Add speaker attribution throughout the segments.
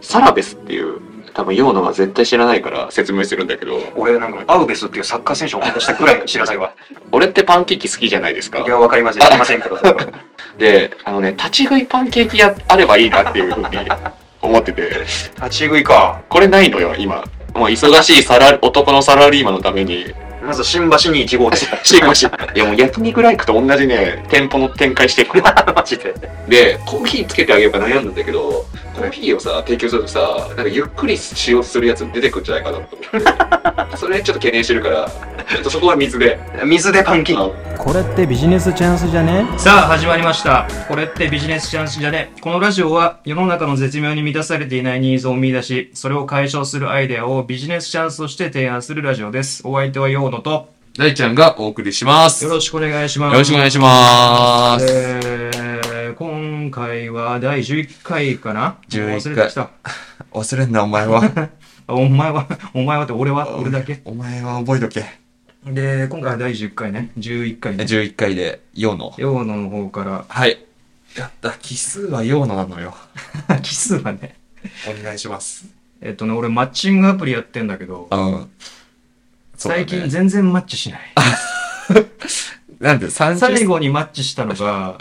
Speaker 1: サラベスっていう、多分、用のが絶対知らないから説明するんだけど、
Speaker 2: 俺なんか、アウベスっていうサッカー選手を思い出したくらい知らないわ。
Speaker 1: 俺ってパンケーキ好きじゃないですか
Speaker 2: い。や、わかりません。知りませんけ ど。
Speaker 1: で、あのね、立ち食いパンケーキやあればいいなっていうふうに 思ってて、
Speaker 2: 立ち食いか。
Speaker 1: これないのよ、今。もう忙しいサラ男のサラリーマンのために、
Speaker 2: まず新橋に1号店。
Speaker 1: シェイクし、いやもう焼肉ライクと同じね、店舗の展開していくの。
Speaker 2: マジで。
Speaker 1: で、コーヒーつけてあげようか悩んだんだけど、コーヒーをさ、提供するとさ、なんかゆっくり使用するやつ出てくるんじゃないかなと思って。それちょっと懸念してるから、ちょっとそこは水で。
Speaker 2: 水でパンケーキ。
Speaker 3: これってビジネスチャンスじゃね
Speaker 4: さあ始まりましたこれってビジネスチャンスじゃねこのラジオは世の中の絶妙に満たされていないニーズを見出しそれを解消するアイデアをビジネスチャンスとして提案するラジオですお相手はヨーノと
Speaker 5: 大ちゃんがお送りします。
Speaker 4: よ
Speaker 5: よ
Speaker 4: ろしくお願いします
Speaker 5: ろしくお願いします。
Speaker 4: えー、今回は第11回かな
Speaker 5: 11
Speaker 4: 忘れてきた
Speaker 5: 忘れんな、お前は。
Speaker 4: あお前はお前はって俺は 俺だけ
Speaker 5: お前は覚えとけ。
Speaker 4: で今回は第10回ね11回ね
Speaker 5: 11回で、ヨーノ。
Speaker 4: ヨーノの方か
Speaker 5: はい。やった、奇数はヨーノなのよ。
Speaker 4: ら奇数がね
Speaker 5: お願いします。
Speaker 4: えっとね俺マッチングアプリやってんだけど
Speaker 5: うん。そうだね
Speaker 4: 最近全然マッチしない
Speaker 5: なんで、30
Speaker 4: 最後にマッチしたのが、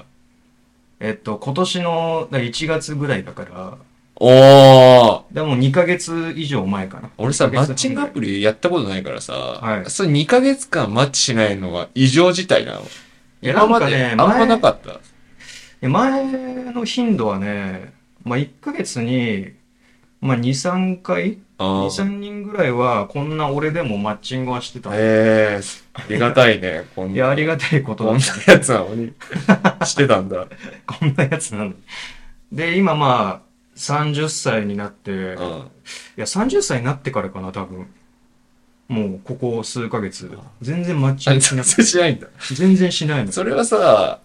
Speaker 4: えっと、今年の1月ぐらいだから、
Speaker 5: おー。
Speaker 4: でも2ヶ月以上前かな。
Speaker 5: 俺さ、
Speaker 4: 1ヶ
Speaker 5: マ
Speaker 4: 月
Speaker 5: ッチングアプリやったことないからさ、
Speaker 4: はい
Speaker 5: それ2ヶ月間マッチしないのは異常事態なの。
Speaker 4: いや
Speaker 5: 今ま
Speaker 4: なんか
Speaker 5: で
Speaker 4: ね
Speaker 5: あんまなかった。
Speaker 4: で前の頻度はね、まあ、1ヶ月に、まあ、2、3回
Speaker 5: あ
Speaker 4: ?2、
Speaker 5: ー
Speaker 4: 3人ぐらいは、こんな俺でもマッチングはしてた。い
Speaker 5: ええー、ありがたいね。こんな。
Speaker 4: や、ありがたいことだ
Speaker 5: こんなやつなの に、してたんだ。
Speaker 4: こんなやつなのに。で、今まあ、30歳になって、
Speaker 5: う
Speaker 4: い
Speaker 5: ん。
Speaker 4: や、30歳になってからかな、多分。もう、ここ数ヶ月。全然マッチ ン
Speaker 5: 全
Speaker 4: グ しな
Speaker 5: 然
Speaker 4: くて
Speaker 5: しないんだ。
Speaker 4: 全然しないの。
Speaker 5: それはさ、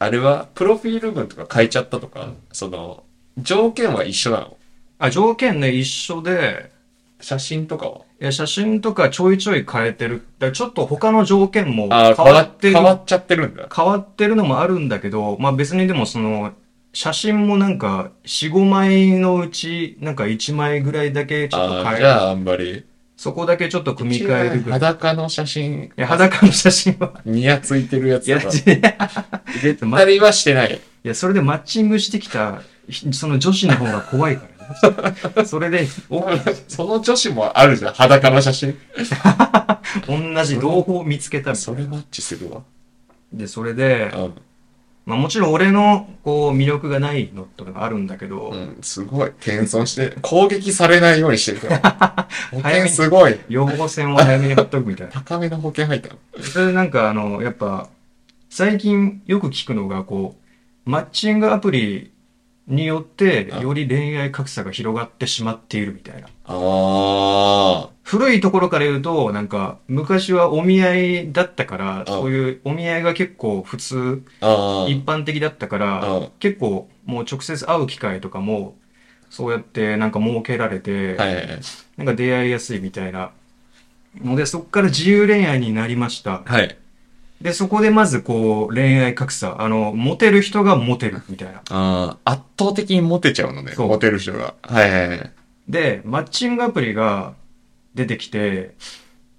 Speaker 5: あれは、プロフィール文とか変えちゃったとか、その、条件は一緒なの
Speaker 4: あ、条件ね、一緒で、
Speaker 5: 写真とかはい
Speaker 4: や、写真とかちょいちょい変えてる。だからちょっと他の条件も変
Speaker 5: ー変わ
Speaker 4: わ
Speaker 5: っ
Speaker 4: ってる。
Speaker 5: 変わっちゃってるんだ。
Speaker 4: 変わってるのもあるんだけど、まあ別にでもその、写真もなんか、4、5枚のうち、なんか1枚ぐらいだけちょっと
Speaker 5: ああ、
Speaker 4: 変え
Speaker 5: じ
Speaker 4: る。
Speaker 5: ゃああんまり。
Speaker 4: そこだけちょっと組み替えるぐらい。
Speaker 5: 裸の写真
Speaker 4: い、や、裸の写真は。
Speaker 5: ニヤついてるやつ
Speaker 4: いや、
Speaker 5: とか、
Speaker 4: い
Speaker 5: 絶 対はしてない。
Speaker 4: や、それでマッチングしてきた、ひその女子の方が怖いか らね。それで、お
Speaker 5: その女子もあるじゃん、裸の写真。
Speaker 4: 同じ同胞を見つけたみたい
Speaker 5: それマッチするわ。
Speaker 4: なで、それで、
Speaker 5: うん。
Speaker 4: まあもちろん俺のこう魅力がないのとかがあるんだけど、
Speaker 5: うん、すごい。謙遜して、攻撃されないようにしてるから。保
Speaker 4: 早め
Speaker 5: 険
Speaker 4: に
Speaker 5: すごい。
Speaker 4: 予防線を早めに貼っとくみたいな。
Speaker 5: 高めの保険入ったの。
Speaker 4: それでなんかあの、やっぱ、最近よく聞くのがこう、マッチングアプリによって
Speaker 5: あ
Speaker 4: より恋愛格差が広がってしまっているみたいな。
Speaker 5: あ
Speaker 4: 古いところから言うと、なんか昔はお見合いだったから、そういうお見合いが結構普通、
Speaker 5: あ。ああ。
Speaker 4: 一般的だったか
Speaker 5: う
Speaker 4: ら
Speaker 5: ん、
Speaker 4: 結構もう直接会う機会とかも、そうやってなんか設けられて、
Speaker 5: はいはいはい。
Speaker 4: なんか出会いやすいみたいな。ので、そこから自由恋愛になりました。
Speaker 5: はい。
Speaker 4: で、そこでまずこう、恋愛格差。あの、モテる人がモテるみたいな。
Speaker 5: ああ、圧倒的にモテちゃうのね。
Speaker 4: そう
Speaker 5: モテる人が。はいはいはい。
Speaker 4: で、マッチングアプリが出てきて、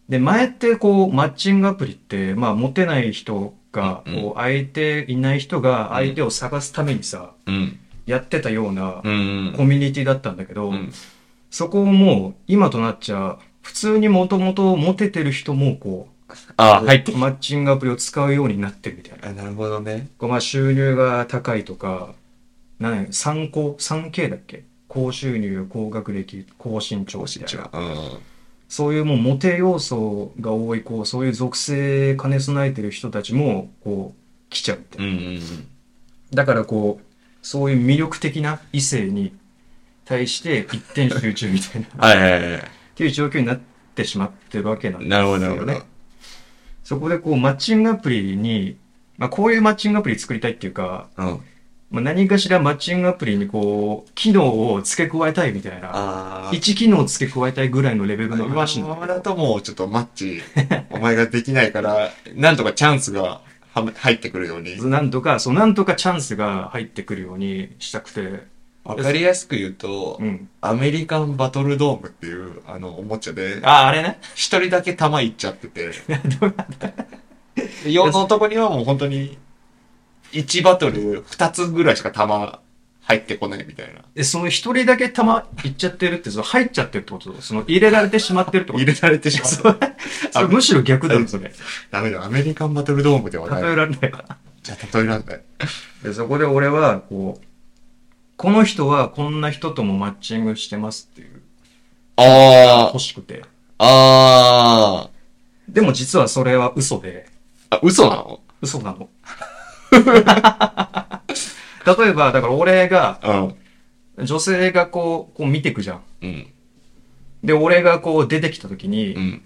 Speaker 4: で、前ってこう、マッチングアプリって、まあ、モテない人が、
Speaker 5: うんうん
Speaker 4: こう、相手いない人が相手を探すためにさ、
Speaker 5: うん。
Speaker 4: やってたような
Speaker 5: う
Speaker 4: コ
Speaker 5: ん。
Speaker 4: ミュニティだったんだけど、
Speaker 5: うん
Speaker 4: そこをもう、今となっちゃ、普通にもともとモテてる人もこう、
Speaker 5: ああ、入ってき
Speaker 4: マッチングアプリを使うようになってるみたいな。
Speaker 5: あ、なるほどね。
Speaker 4: こうまあ収入が高いとか、なんや参考、産経だっけ高収入、高学歴、高身長みたいな
Speaker 5: うん。
Speaker 4: そういうもうモテ要素が多い、こう、そういう属性兼ね備えてる人たちも、こう、来ちゃうみたい
Speaker 5: うんう
Speaker 4: な。
Speaker 5: ん。
Speaker 4: だからこう、そういう魅力的な異性に対して一点集中み たいな、っ
Speaker 5: はいはいはい。
Speaker 4: ていう状況になってしまってるわけなんですよね。
Speaker 5: なるほど、なるほど。
Speaker 4: そこでこう、マッチングアプリに、まあ、こういうマッチングアプリ作りたいっていうか、
Speaker 5: うん。
Speaker 4: まあ、何かしらマッチングアプリにこう、機能を付け加えたいみたいな、
Speaker 5: ああ。
Speaker 4: 1機能付け加えたいぐらいのレベルの話
Speaker 5: 今
Speaker 4: なんだけ
Speaker 5: 村ともちょっとマッチ、お前ができないから、なんとかチャンスがはめ入ってくるように。
Speaker 4: なんとか、そう、なんとかチャンスが入ってくるようにしたくて、
Speaker 5: わかりやすく言うと、
Speaker 4: うん。
Speaker 5: アメリカンバトルドームっていう、あの、おもちゃで、
Speaker 4: あ、あれね。
Speaker 5: 一人だけ弾いっちゃって て。で洋のとこにはもう本当に、1バトル2つぐらいしか弾入ってこないみたいな。
Speaker 4: え、その一人だけ玉いっちゃってるって、その入っちゃってるってことその入れられてしまってるってこと
Speaker 5: 入れられてしま。
Speaker 4: そうれそれむしろ逆だろ、それ。
Speaker 5: ダメだ、アメリカンバトルドームでは
Speaker 4: 例え
Speaker 5: ない。
Speaker 4: られないから。
Speaker 5: じゃあ例えられない。
Speaker 4: で、そこで俺は、こう、この人はこんな人ともマッチングしてますっていう、
Speaker 5: あ
Speaker 4: 欲しくて。
Speaker 5: あ、あ
Speaker 4: でも実はそれは嘘で、
Speaker 5: あ、嘘なの
Speaker 4: 嘘なの。 例えば、だから俺が、
Speaker 5: うん。
Speaker 4: 女性がこう、こう見てくじゃん。
Speaker 5: うん。
Speaker 4: で、俺がこう出てきた時に、
Speaker 5: うん。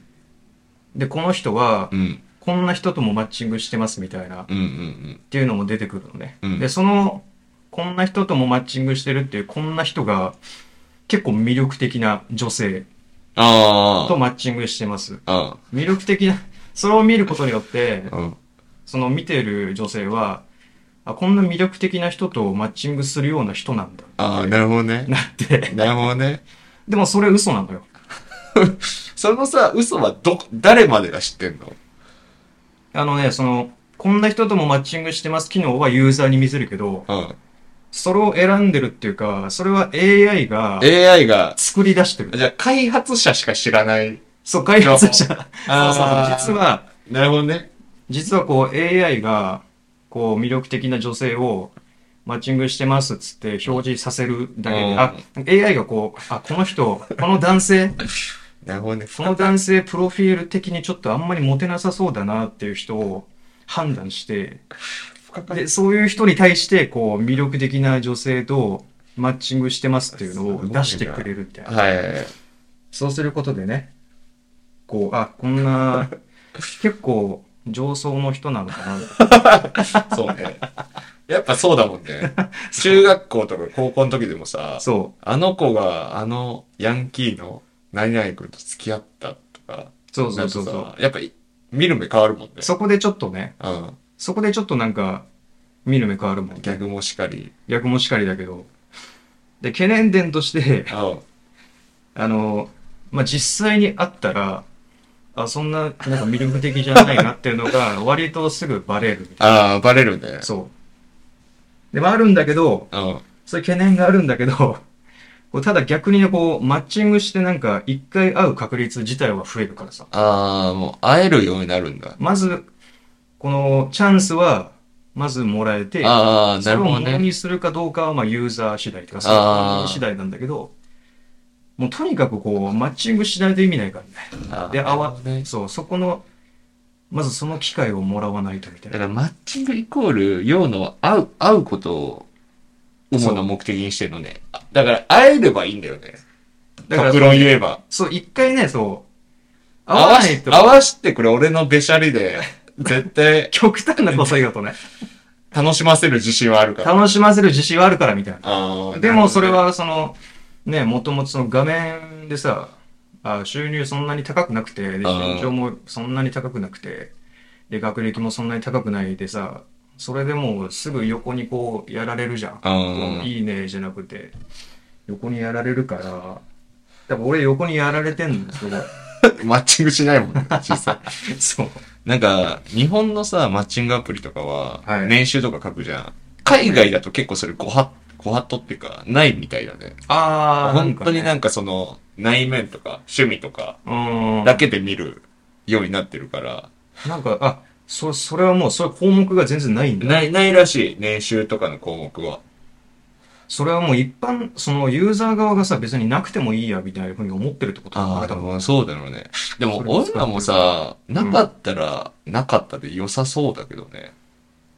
Speaker 4: で、この人は
Speaker 5: う、ん。
Speaker 4: こんな人ともマッチングしてますみたいな、っ
Speaker 5: うん。うん。
Speaker 4: ていうのも出てくるのね。
Speaker 5: うん
Speaker 4: で、その、こんな人ともマッチングしてるっていう、こんな人が、結構魅力的な女性
Speaker 5: あ
Speaker 4: とマッチングしてます。
Speaker 5: あ。
Speaker 4: 魅力的な、それを見ることによって、
Speaker 5: うん。
Speaker 4: その見てる女性は、あ、こんな魅力的な人とマッチングするような人なんだ。
Speaker 5: ああ、なるほどね。
Speaker 4: なって。
Speaker 5: なるほどね。
Speaker 4: でもそれ嘘なのよ。
Speaker 5: そのさ、嘘はどこ、誰までが知ってんの
Speaker 4: あのね、その、こんな人ともマッチングしてます機能はユーザーに見せるけど、
Speaker 5: うん。
Speaker 4: それを選んでるっていうか、それは AI が
Speaker 5: AI が、
Speaker 4: 作り出してる。
Speaker 5: じゃあ開発者しか知らない。
Speaker 4: そう、開発者。そうそう
Speaker 5: あー
Speaker 4: 実は、
Speaker 5: なるほどね。
Speaker 4: 実はこう AI が、こう魅力的な女性をマッチングしてますっつって表示させるだけで、
Speaker 5: うん
Speaker 4: あ、AI がこう、あ、この人、この男性、
Speaker 5: なるほどね。
Speaker 4: この男性プロフィール的にちょっとあんまりモテなさそうだなっていう人を判断して、
Speaker 5: 深か
Speaker 4: で、そういう人に対して、こう、魅力的な女性とマッチングしてますっていうのを出してくれるみたいな。
Speaker 5: はい。
Speaker 4: そうすることでね、こう、あ、こん な、結構、上層の人なのかな。
Speaker 5: そうね。やっぱそうだもん ね。中学校とか高校の時でもさ、
Speaker 4: そ
Speaker 5: あの子があのヤンキーの何々君と付き合ったとか、
Speaker 4: う。そうそうそう
Speaker 5: な
Speaker 4: そ
Speaker 5: ん
Speaker 4: う
Speaker 5: か。さやっぱり見る目変わるもんね。
Speaker 4: そこでちょっとね、
Speaker 5: うん。
Speaker 4: そこでちょっとなんか、見る目変わるもん。
Speaker 5: ギャグもしかり。
Speaker 4: 逆もしかりだけど。で、懸念点として、
Speaker 5: うん。
Speaker 4: あの、まあ、実際に会ったら、あ、そんな、なんか魅力的じゃないなっていうのが、割とすぐバレるみたい
Speaker 5: ああ、バレるね
Speaker 4: な。。そう。でもあるんだけど、
Speaker 5: うん。
Speaker 4: そういう懸念があるんだけど、 こうただ逆にねこう、マッチングしてなんか、一回会う確率自体は増えるからさ。
Speaker 5: ああ、もう会えるようになるんだ。
Speaker 4: まず、このチャンスは、まずもらえて、
Speaker 5: ああ、
Speaker 4: そ
Speaker 5: な
Speaker 4: れ
Speaker 5: る
Speaker 4: を
Speaker 5: ほ
Speaker 4: も
Speaker 5: ど
Speaker 4: の
Speaker 5: ね。
Speaker 4: にするかどうかは、まあ、ユーザー次第とか、そ
Speaker 5: あー
Speaker 4: の次第なんだけど、もうとにかくこう、マッチングしないと意味ないからね。
Speaker 5: あー
Speaker 4: で、あ
Speaker 5: なる
Speaker 4: わ
Speaker 5: ほどね、
Speaker 4: そう、そこの、まずその機会をもらわないとみたい
Speaker 5: だか
Speaker 4: な。
Speaker 5: らマッチングイコール、要の会う、会うことを主な目的にしてるのね。あだから会えればいいんだよね。
Speaker 4: だから
Speaker 5: 極論言えば。
Speaker 4: そう、一回ね、そう、
Speaker 5: 合
Speaker 4: 合
Speaker 5: わ
Speaker 4: わな
Speaker 5: し
Speaker 4: い
Speaker 5: て、
Speaker 4: と、
Speaker 5: 合わしてくれ、俺のべしゃりで、 絶対
Speaker 4: 極端なこと言うとね、
Speaker 5: 楽しませる自信はあるから。
Speaker 4: 楽しませる自信はあるからみたい
Speaker 5: あ
Speaker 4: な。
Speaker 5: ー
Speaker 4: でもそれ、
Speaker 5: なる
Speaker 4: は、その、ね、もともとその画面でさ、あ収入そんなに高くなくて、で
Speaker 5: あー
Speaker 4: 身長もそんなに高くなくて、で、学歴もそんなに高くないでさ、それでもうすぐ横にこうやられるじゃん。
Speaker 5: ほどね
Speaker 4: いいねじゃなくて、横にやられるから、多分俺横にやられてんの、すご い。
Speaker 5: うん。マッチングしないもんね、実際。
Speaker 4: そう。
Speaker 5: なんか、日本のさ、マッチングアプリとかは
Speaker 4: は、い
Speaker 5: 年収とか書くじゃん。海外だと結構それごは、ごはっとっていうか、ないみたいだね。
Speaker 4: あ
Speaker 5: 本当になんんかその、内面とか、趣味とか、
Speaker 4: かね、うん。
Speaker 5: だけで見るようになってるから、
Speaker 4: なんか、あ、そ、それはもう、そういう項目が全然ないんだ。
Speaker 5: ない、ないらしい、年収とかの項目は。
Speaker 4: それはもう一般、そのユーザー側がさ、別になくてもいいや、みたいなふうに思ってるってこと
Speaker 5: ああ、で
Speaker 4: だから、
Speaker 5: もそうだろうね。でも
Speaker 4: そ、れも使ってる
Speaker 5: 女もさ、なかったら、なかったで良さそうだけどね。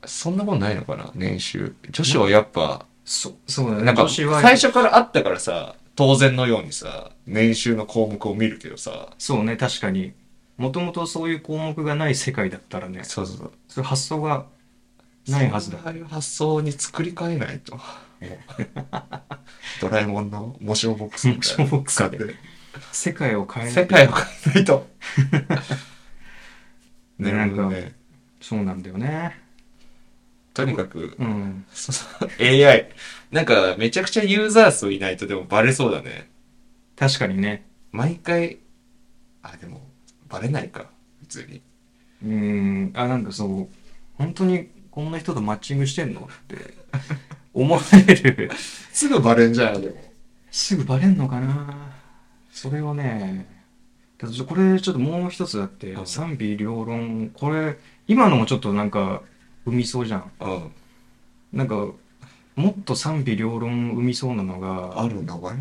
Speaker 5: そんなことないのかな、年収。女子はやっぱ、
Speaker 4: そう、そうだね。
Speaker 5: なんか、
Speaker 4: 女子は、
Speaker 5: 最初からあったからさ、当然のようにさ、年収の項目を見るけどさ、
Speaker 4: そうね、確かに。もともとそういう項目がない世界だったらね、
Speaker 5: そうそうそう。
Speaker 4: そういう発想がないはずだ。
Speaker 5: ああいう発想に作り変えないと。もう ドラえもんのモションボックスみたいなの
Speaker 4: モションボックス
Speaker 5: 使っ
Speaker 4: で
Speaker 5: て。
Speaker 4: 世界を変えない。
Speaker 5: 世界を変 えないと。なるほど
Speaker 4: なん
Speaker 5: ね。
Speaker 4: そうなんだよね。
Speaker 5: とにか く、
Speaker 4: うん。
Speaker 5: その AI。なんか、めちゃくちゃユーザー数いないとでもバレそうだね。
Speaker 4: 確かにね。
Speaker 5: 毎回、あ、でも、バレないか、普通に。
Speaker 4: うん。あ、なんかそう、本当にこんな人とマッチングしてんのって思われる。
Speaker 5: すぐバレんじゃん、でも。
Speaker 4: すぐバレんのかなそれをね、ただちょこれちょっともう一つだって
Speaker 5: う、ん
Speaker 4: 賛否両論、これ、今のもちょっとなんか、生みそうじゃん。
Speaker 5: うん。
Speaker 4: なんか、もっと賛否両論生みそうなのが、
Speaker 5: ある名前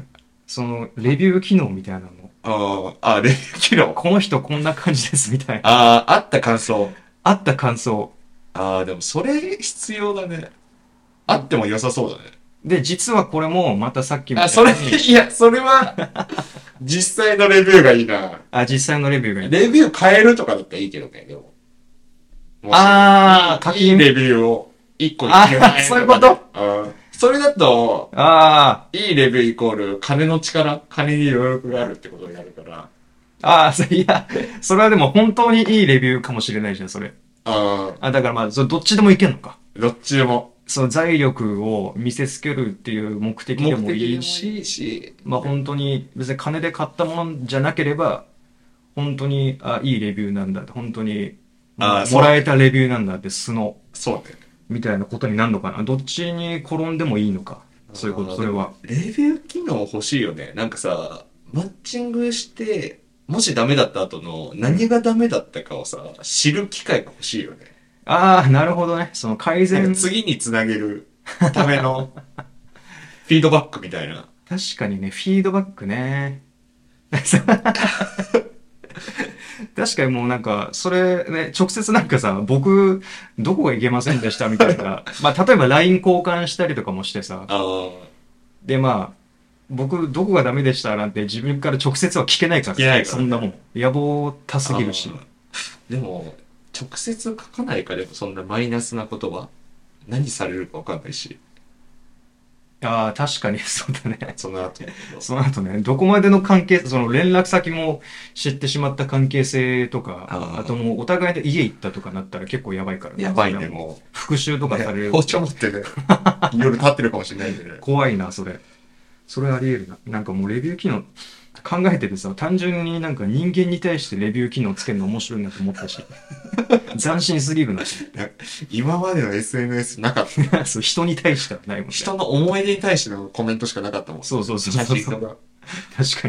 Speaker 4: その、レビュー機能みたいなの。
Speaker 5: ああ、あ、レビュー機能。
Speaker 4: この人こんな感じですみたいな。
Speaker 5: ああ、あった感想。
Speaker 4: あった感想。
Speaker 5: ああ、でもそれ必要だね。あっても良さそうだね。
Speaker 4: で、実はこれもまたさっきみたい
Speaker 5: あ、
Speaker 4: に。
Speaker 5: それ、いや、それは、実際のレビューがいいな。
Speaker 4: あ、実際のレビューがいい。
Speaker 5: レビュー変えるとかだったらいいけどね、でも。もし
Speaker 4: あー
Speaker 5: いいいいレビューを一個
Speaker 4: あー
Speaker 5: 一万円
Speaker 4: そういう
Speaker 5: か
Speaker 4: こと
Speaker 5: うんそれだと、
Speaker 4: あ
Speaker 5: いいレビューイコール、金の力、金に余力があるってことになるから。
Speaker 4: あ、ああ、そいや、それはでも本当にいいレビューかもしれないじゃん、それ。
Speaker 5: あ
Speaker 4: あ、だからまあ、それどっちでもいけんのか。
Speaker 5: あ、どっちでも。
Speaker 4: その財力を見せつけるっていう目的でもいいし、
Speaker 5: いいし。
Speaker 4: まあ本当に別に金で買ったものじゃなければ、本当に、あ、いいレビューなんだって、本当に、
Speaker 5: あーそう
Speaker 4: もらえたレビューなんだって、素の、
Speaker 5: そうね。
Speaker 4: みたいなことになるのかな。どっちに転んでもいいのか。そういうこと、
Speaker 5: あー
Speaker 4: それは。
Speaker 5: レビュー機能欲しいよね。なんかさ、マッチングして、もしダメだった後の何がダメだったかをさ、知る機会が欲しいよね。
Speaker 4: ああ、なるほどね。その改
Speaker 5: なん
Speaker 4: 善
Speaker 5: か。次につなげるためのフィードバックみたいな。
Speaker 4: 確かにね、フィードバックね。 確かにもうなんか、それね、直接なんかさ、僕、どこがいけませんでしたみたいな。まあ、例えば LINE 交換したりとかもしてさ。
Speaker 5: ああ、
Speaker 4: で、まあ、僕、どこがダメでしたなんて自分から直接は聞けないから
Speaker 5: 聞けないから
Speaker 4: そんなもん。野望多すぎるし。
Speaker 5: あー。でも、直接書かないかでもそんなマイナスな言葉何されるかわかんないし、
Speaker 4: ああ、確かにそうだね。
Speaker 5: その後。
Speaker 4: その後ね、どこまでの関係、その連絡先も知ってしまった関係性とか、
Speaker 5: あー
Speaker 4: あともうお互いで家行ったとかなったら結構やばいから
Speaker 5: や ばいね、
Speaker 4: う。
Speaker 5: も
Speaker 4: 復讐と
Speaker 5: う。
Speaker 4: かされる。
Speaker 5: 包丁持ってね、夜立ってるかもしれないんでね。
Speaker 4: 怖いな、それ。それあり得るな。なんかもうレビュー機能、考えててさ、単純になんか人間に対してレビュー機能つけるの面白いなと思っ たし。斬新すぎるな。
Speaker 5: 今までの SNS なかった。
Speaker 4: そう人に対してはないもんね。
Speaker 5: 人の思い出に対してのコメントしかなかったもん。
Speaker 4: そうそうそう
Speaker 5: 写
Speaker 4: そう。
Speaker 5: 真と
Speaker 4: 確
Speaker 5: か。
Speaker 4: か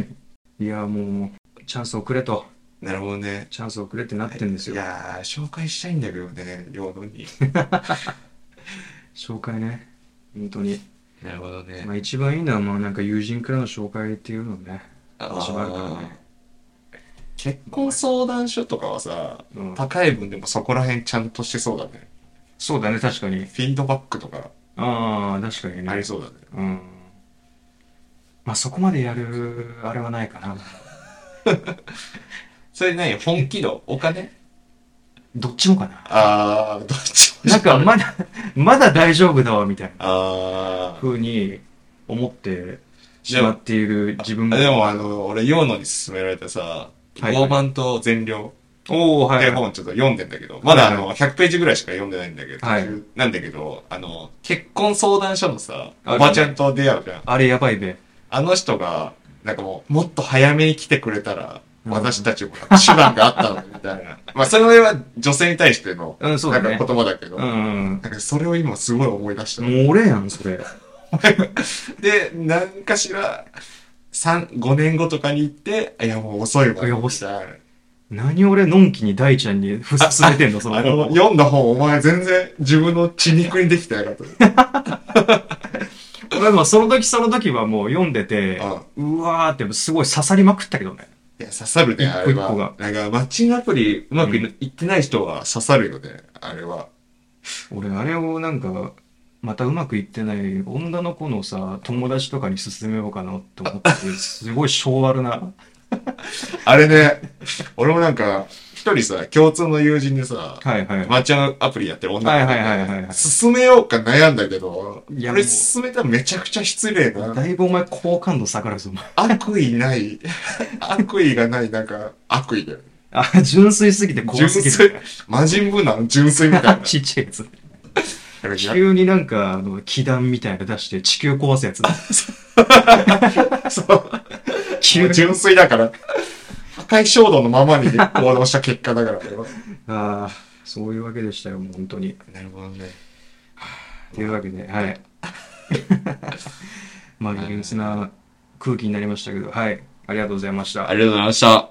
Speaker 4: に。いや、もう、チャンスをくれと、
Speaker 5: なるほどね。
Speaker 4: チャンスをくれってなってんです
Speaker 5: い
Speaker 4: よ。
Speaker 5: やー、紹介したいんだけどね、両方に。
Speaker 4: 紹介ね。本当に。
Speaker 5: なるほどね
Speaker 4: まあ一番いいのはまあなんか友人からの紹介っていうのね。一番あるからね。
Speaker 5: 結婚相談所とかはさ、
Speaker 4: うん
Speaker 5: 高い分でもそこら辺ちゃんとしてそうだね。
Speaker 4: そうだね、確かに。
Speaker 5: フィードバックとか
Speaker 4: ああ、確かにね。
Speaker 5: ありそうだね。
Speaker 4: うん。まあそこまでやる、あれはないかな。
Speaker 5: それ何本気度お金
Speaker 4: どっちもかな。
Speaker 5: あー、どっちも
Speaker 4: なんかまだ、 まだ大丈夫だわ、みたいな
Speaker 5: あー。
Speaker 4: 風に思ってしまっている自分
Speaker 5: あでもあの、俺、洋野に勧められたさ、
Speaker 4: はい
Speaker 5: 傲慢と善良。
Speaker 4: おお
Speaker 5: っ
Speaker 4: は
Speaker 5: て
Speaker 4: い。
Speaker 5: 本ちょっと読んでんだけど、まだあ
Speaker 4: はい
Speaker 5: の、100ページぐらいしか読んでないんだけど、
Speaker 4: はい
Speaker 5: なんだけど、あの、結婚相談所のさ、
Speaker 4: あ
Speaker 5: おばちゃんと出会うじゃん。
Speaker 4: あれやばいべ。
Speaker 5: あの人が、なんかもう、もっと早めに来てくれたら、
Speaker 4: うん
Speaker 5: 私たちも手段があったのにみた いな。まあ、それは女性に対しての、
Speaker 4: うんそうだね
Speaker 5: なんか言葉だけど、
Speaker 4: うんうん
Speaker 5: なんかそれを今すごい思い出した
Speaker 4: うん。。もう俺やん、それ。
Speaker 5: で、なんかしら、三5年後とかに行って、いや、もう遅いわ。
Speaker 4: いや遅
Speaker 5: い。
Speaker 4: 何俺、のんきに大ちゃんにふすすめてんの、その
Speaker 5: あ
Speaker 4: 本
Speaker 5: の、
Speaker 4: を
Speaker 5: 読んだ本、お前全然自分の血肉にできてなかった。
Speaker 4: 俺はもうその時その時はもう読んでて、うわーってすごい刺さりまくったけどね。
Speaker 5: いや、刺さるね、
Speaker 4: 一個
Speaker 5: あれ
Speaker 4: 一個が
Speaker 5: は。なんか、マッチングアプリうまくい,、
Speaker 4: う
Speaker 5: ってない人は刺さるよね、あれは。
Speaker 4: 俺、あれをなんか、またうまくいってない女の子のさ、友達とかに勧めようかなって思ってて、すごい性悪な。
Speaker 5: あれね、俺もなんか、一人さ、共通の友人でさ、
Speaker 4: はいはい。
Speaker 5: マッチングアプリやってる女の子で、
Speaker 4: はいはいはいはい
Speaker 5: 進めようか悩んだけど、
Speaker 4: いや
Speaker 5: これ進めたらめちゃくちゃ失礼な、
Speaker 4: だいぶお前好感度下がるぞ、お前。
Speaker 5: 悪意ない、 悪意がない、なんか、悪意だよね。
Speaker 4: あ、純粋すぎて怖
Speaker 5: 純
Speaker 4: すぎ
Speaker 5: 粋
Speaker 4: る。、 。
Speaker 5: 魔人ブーなの純粋みたいな
Speaker 4: ちっちゃいやつ。
Speaker 2: なんかじな
Speaker 4: 急になんか、あの、気弾みたいなの出して地球壊す やつ。
Speaker 5: そう。
Speaker 4: 急に。
Speaker 5: 純粋だから。破壊衝動のままに行動した結果 だから。
Speaker 4: ああ、そういうわけでしたよ、もう本当に。
Speaker 5: なるほどね。
Speaker 4: というわけで、はい。まあ、リスな空気になりましたけど、はい。ありがとうございました。
Speaker 5: ありがとうございました。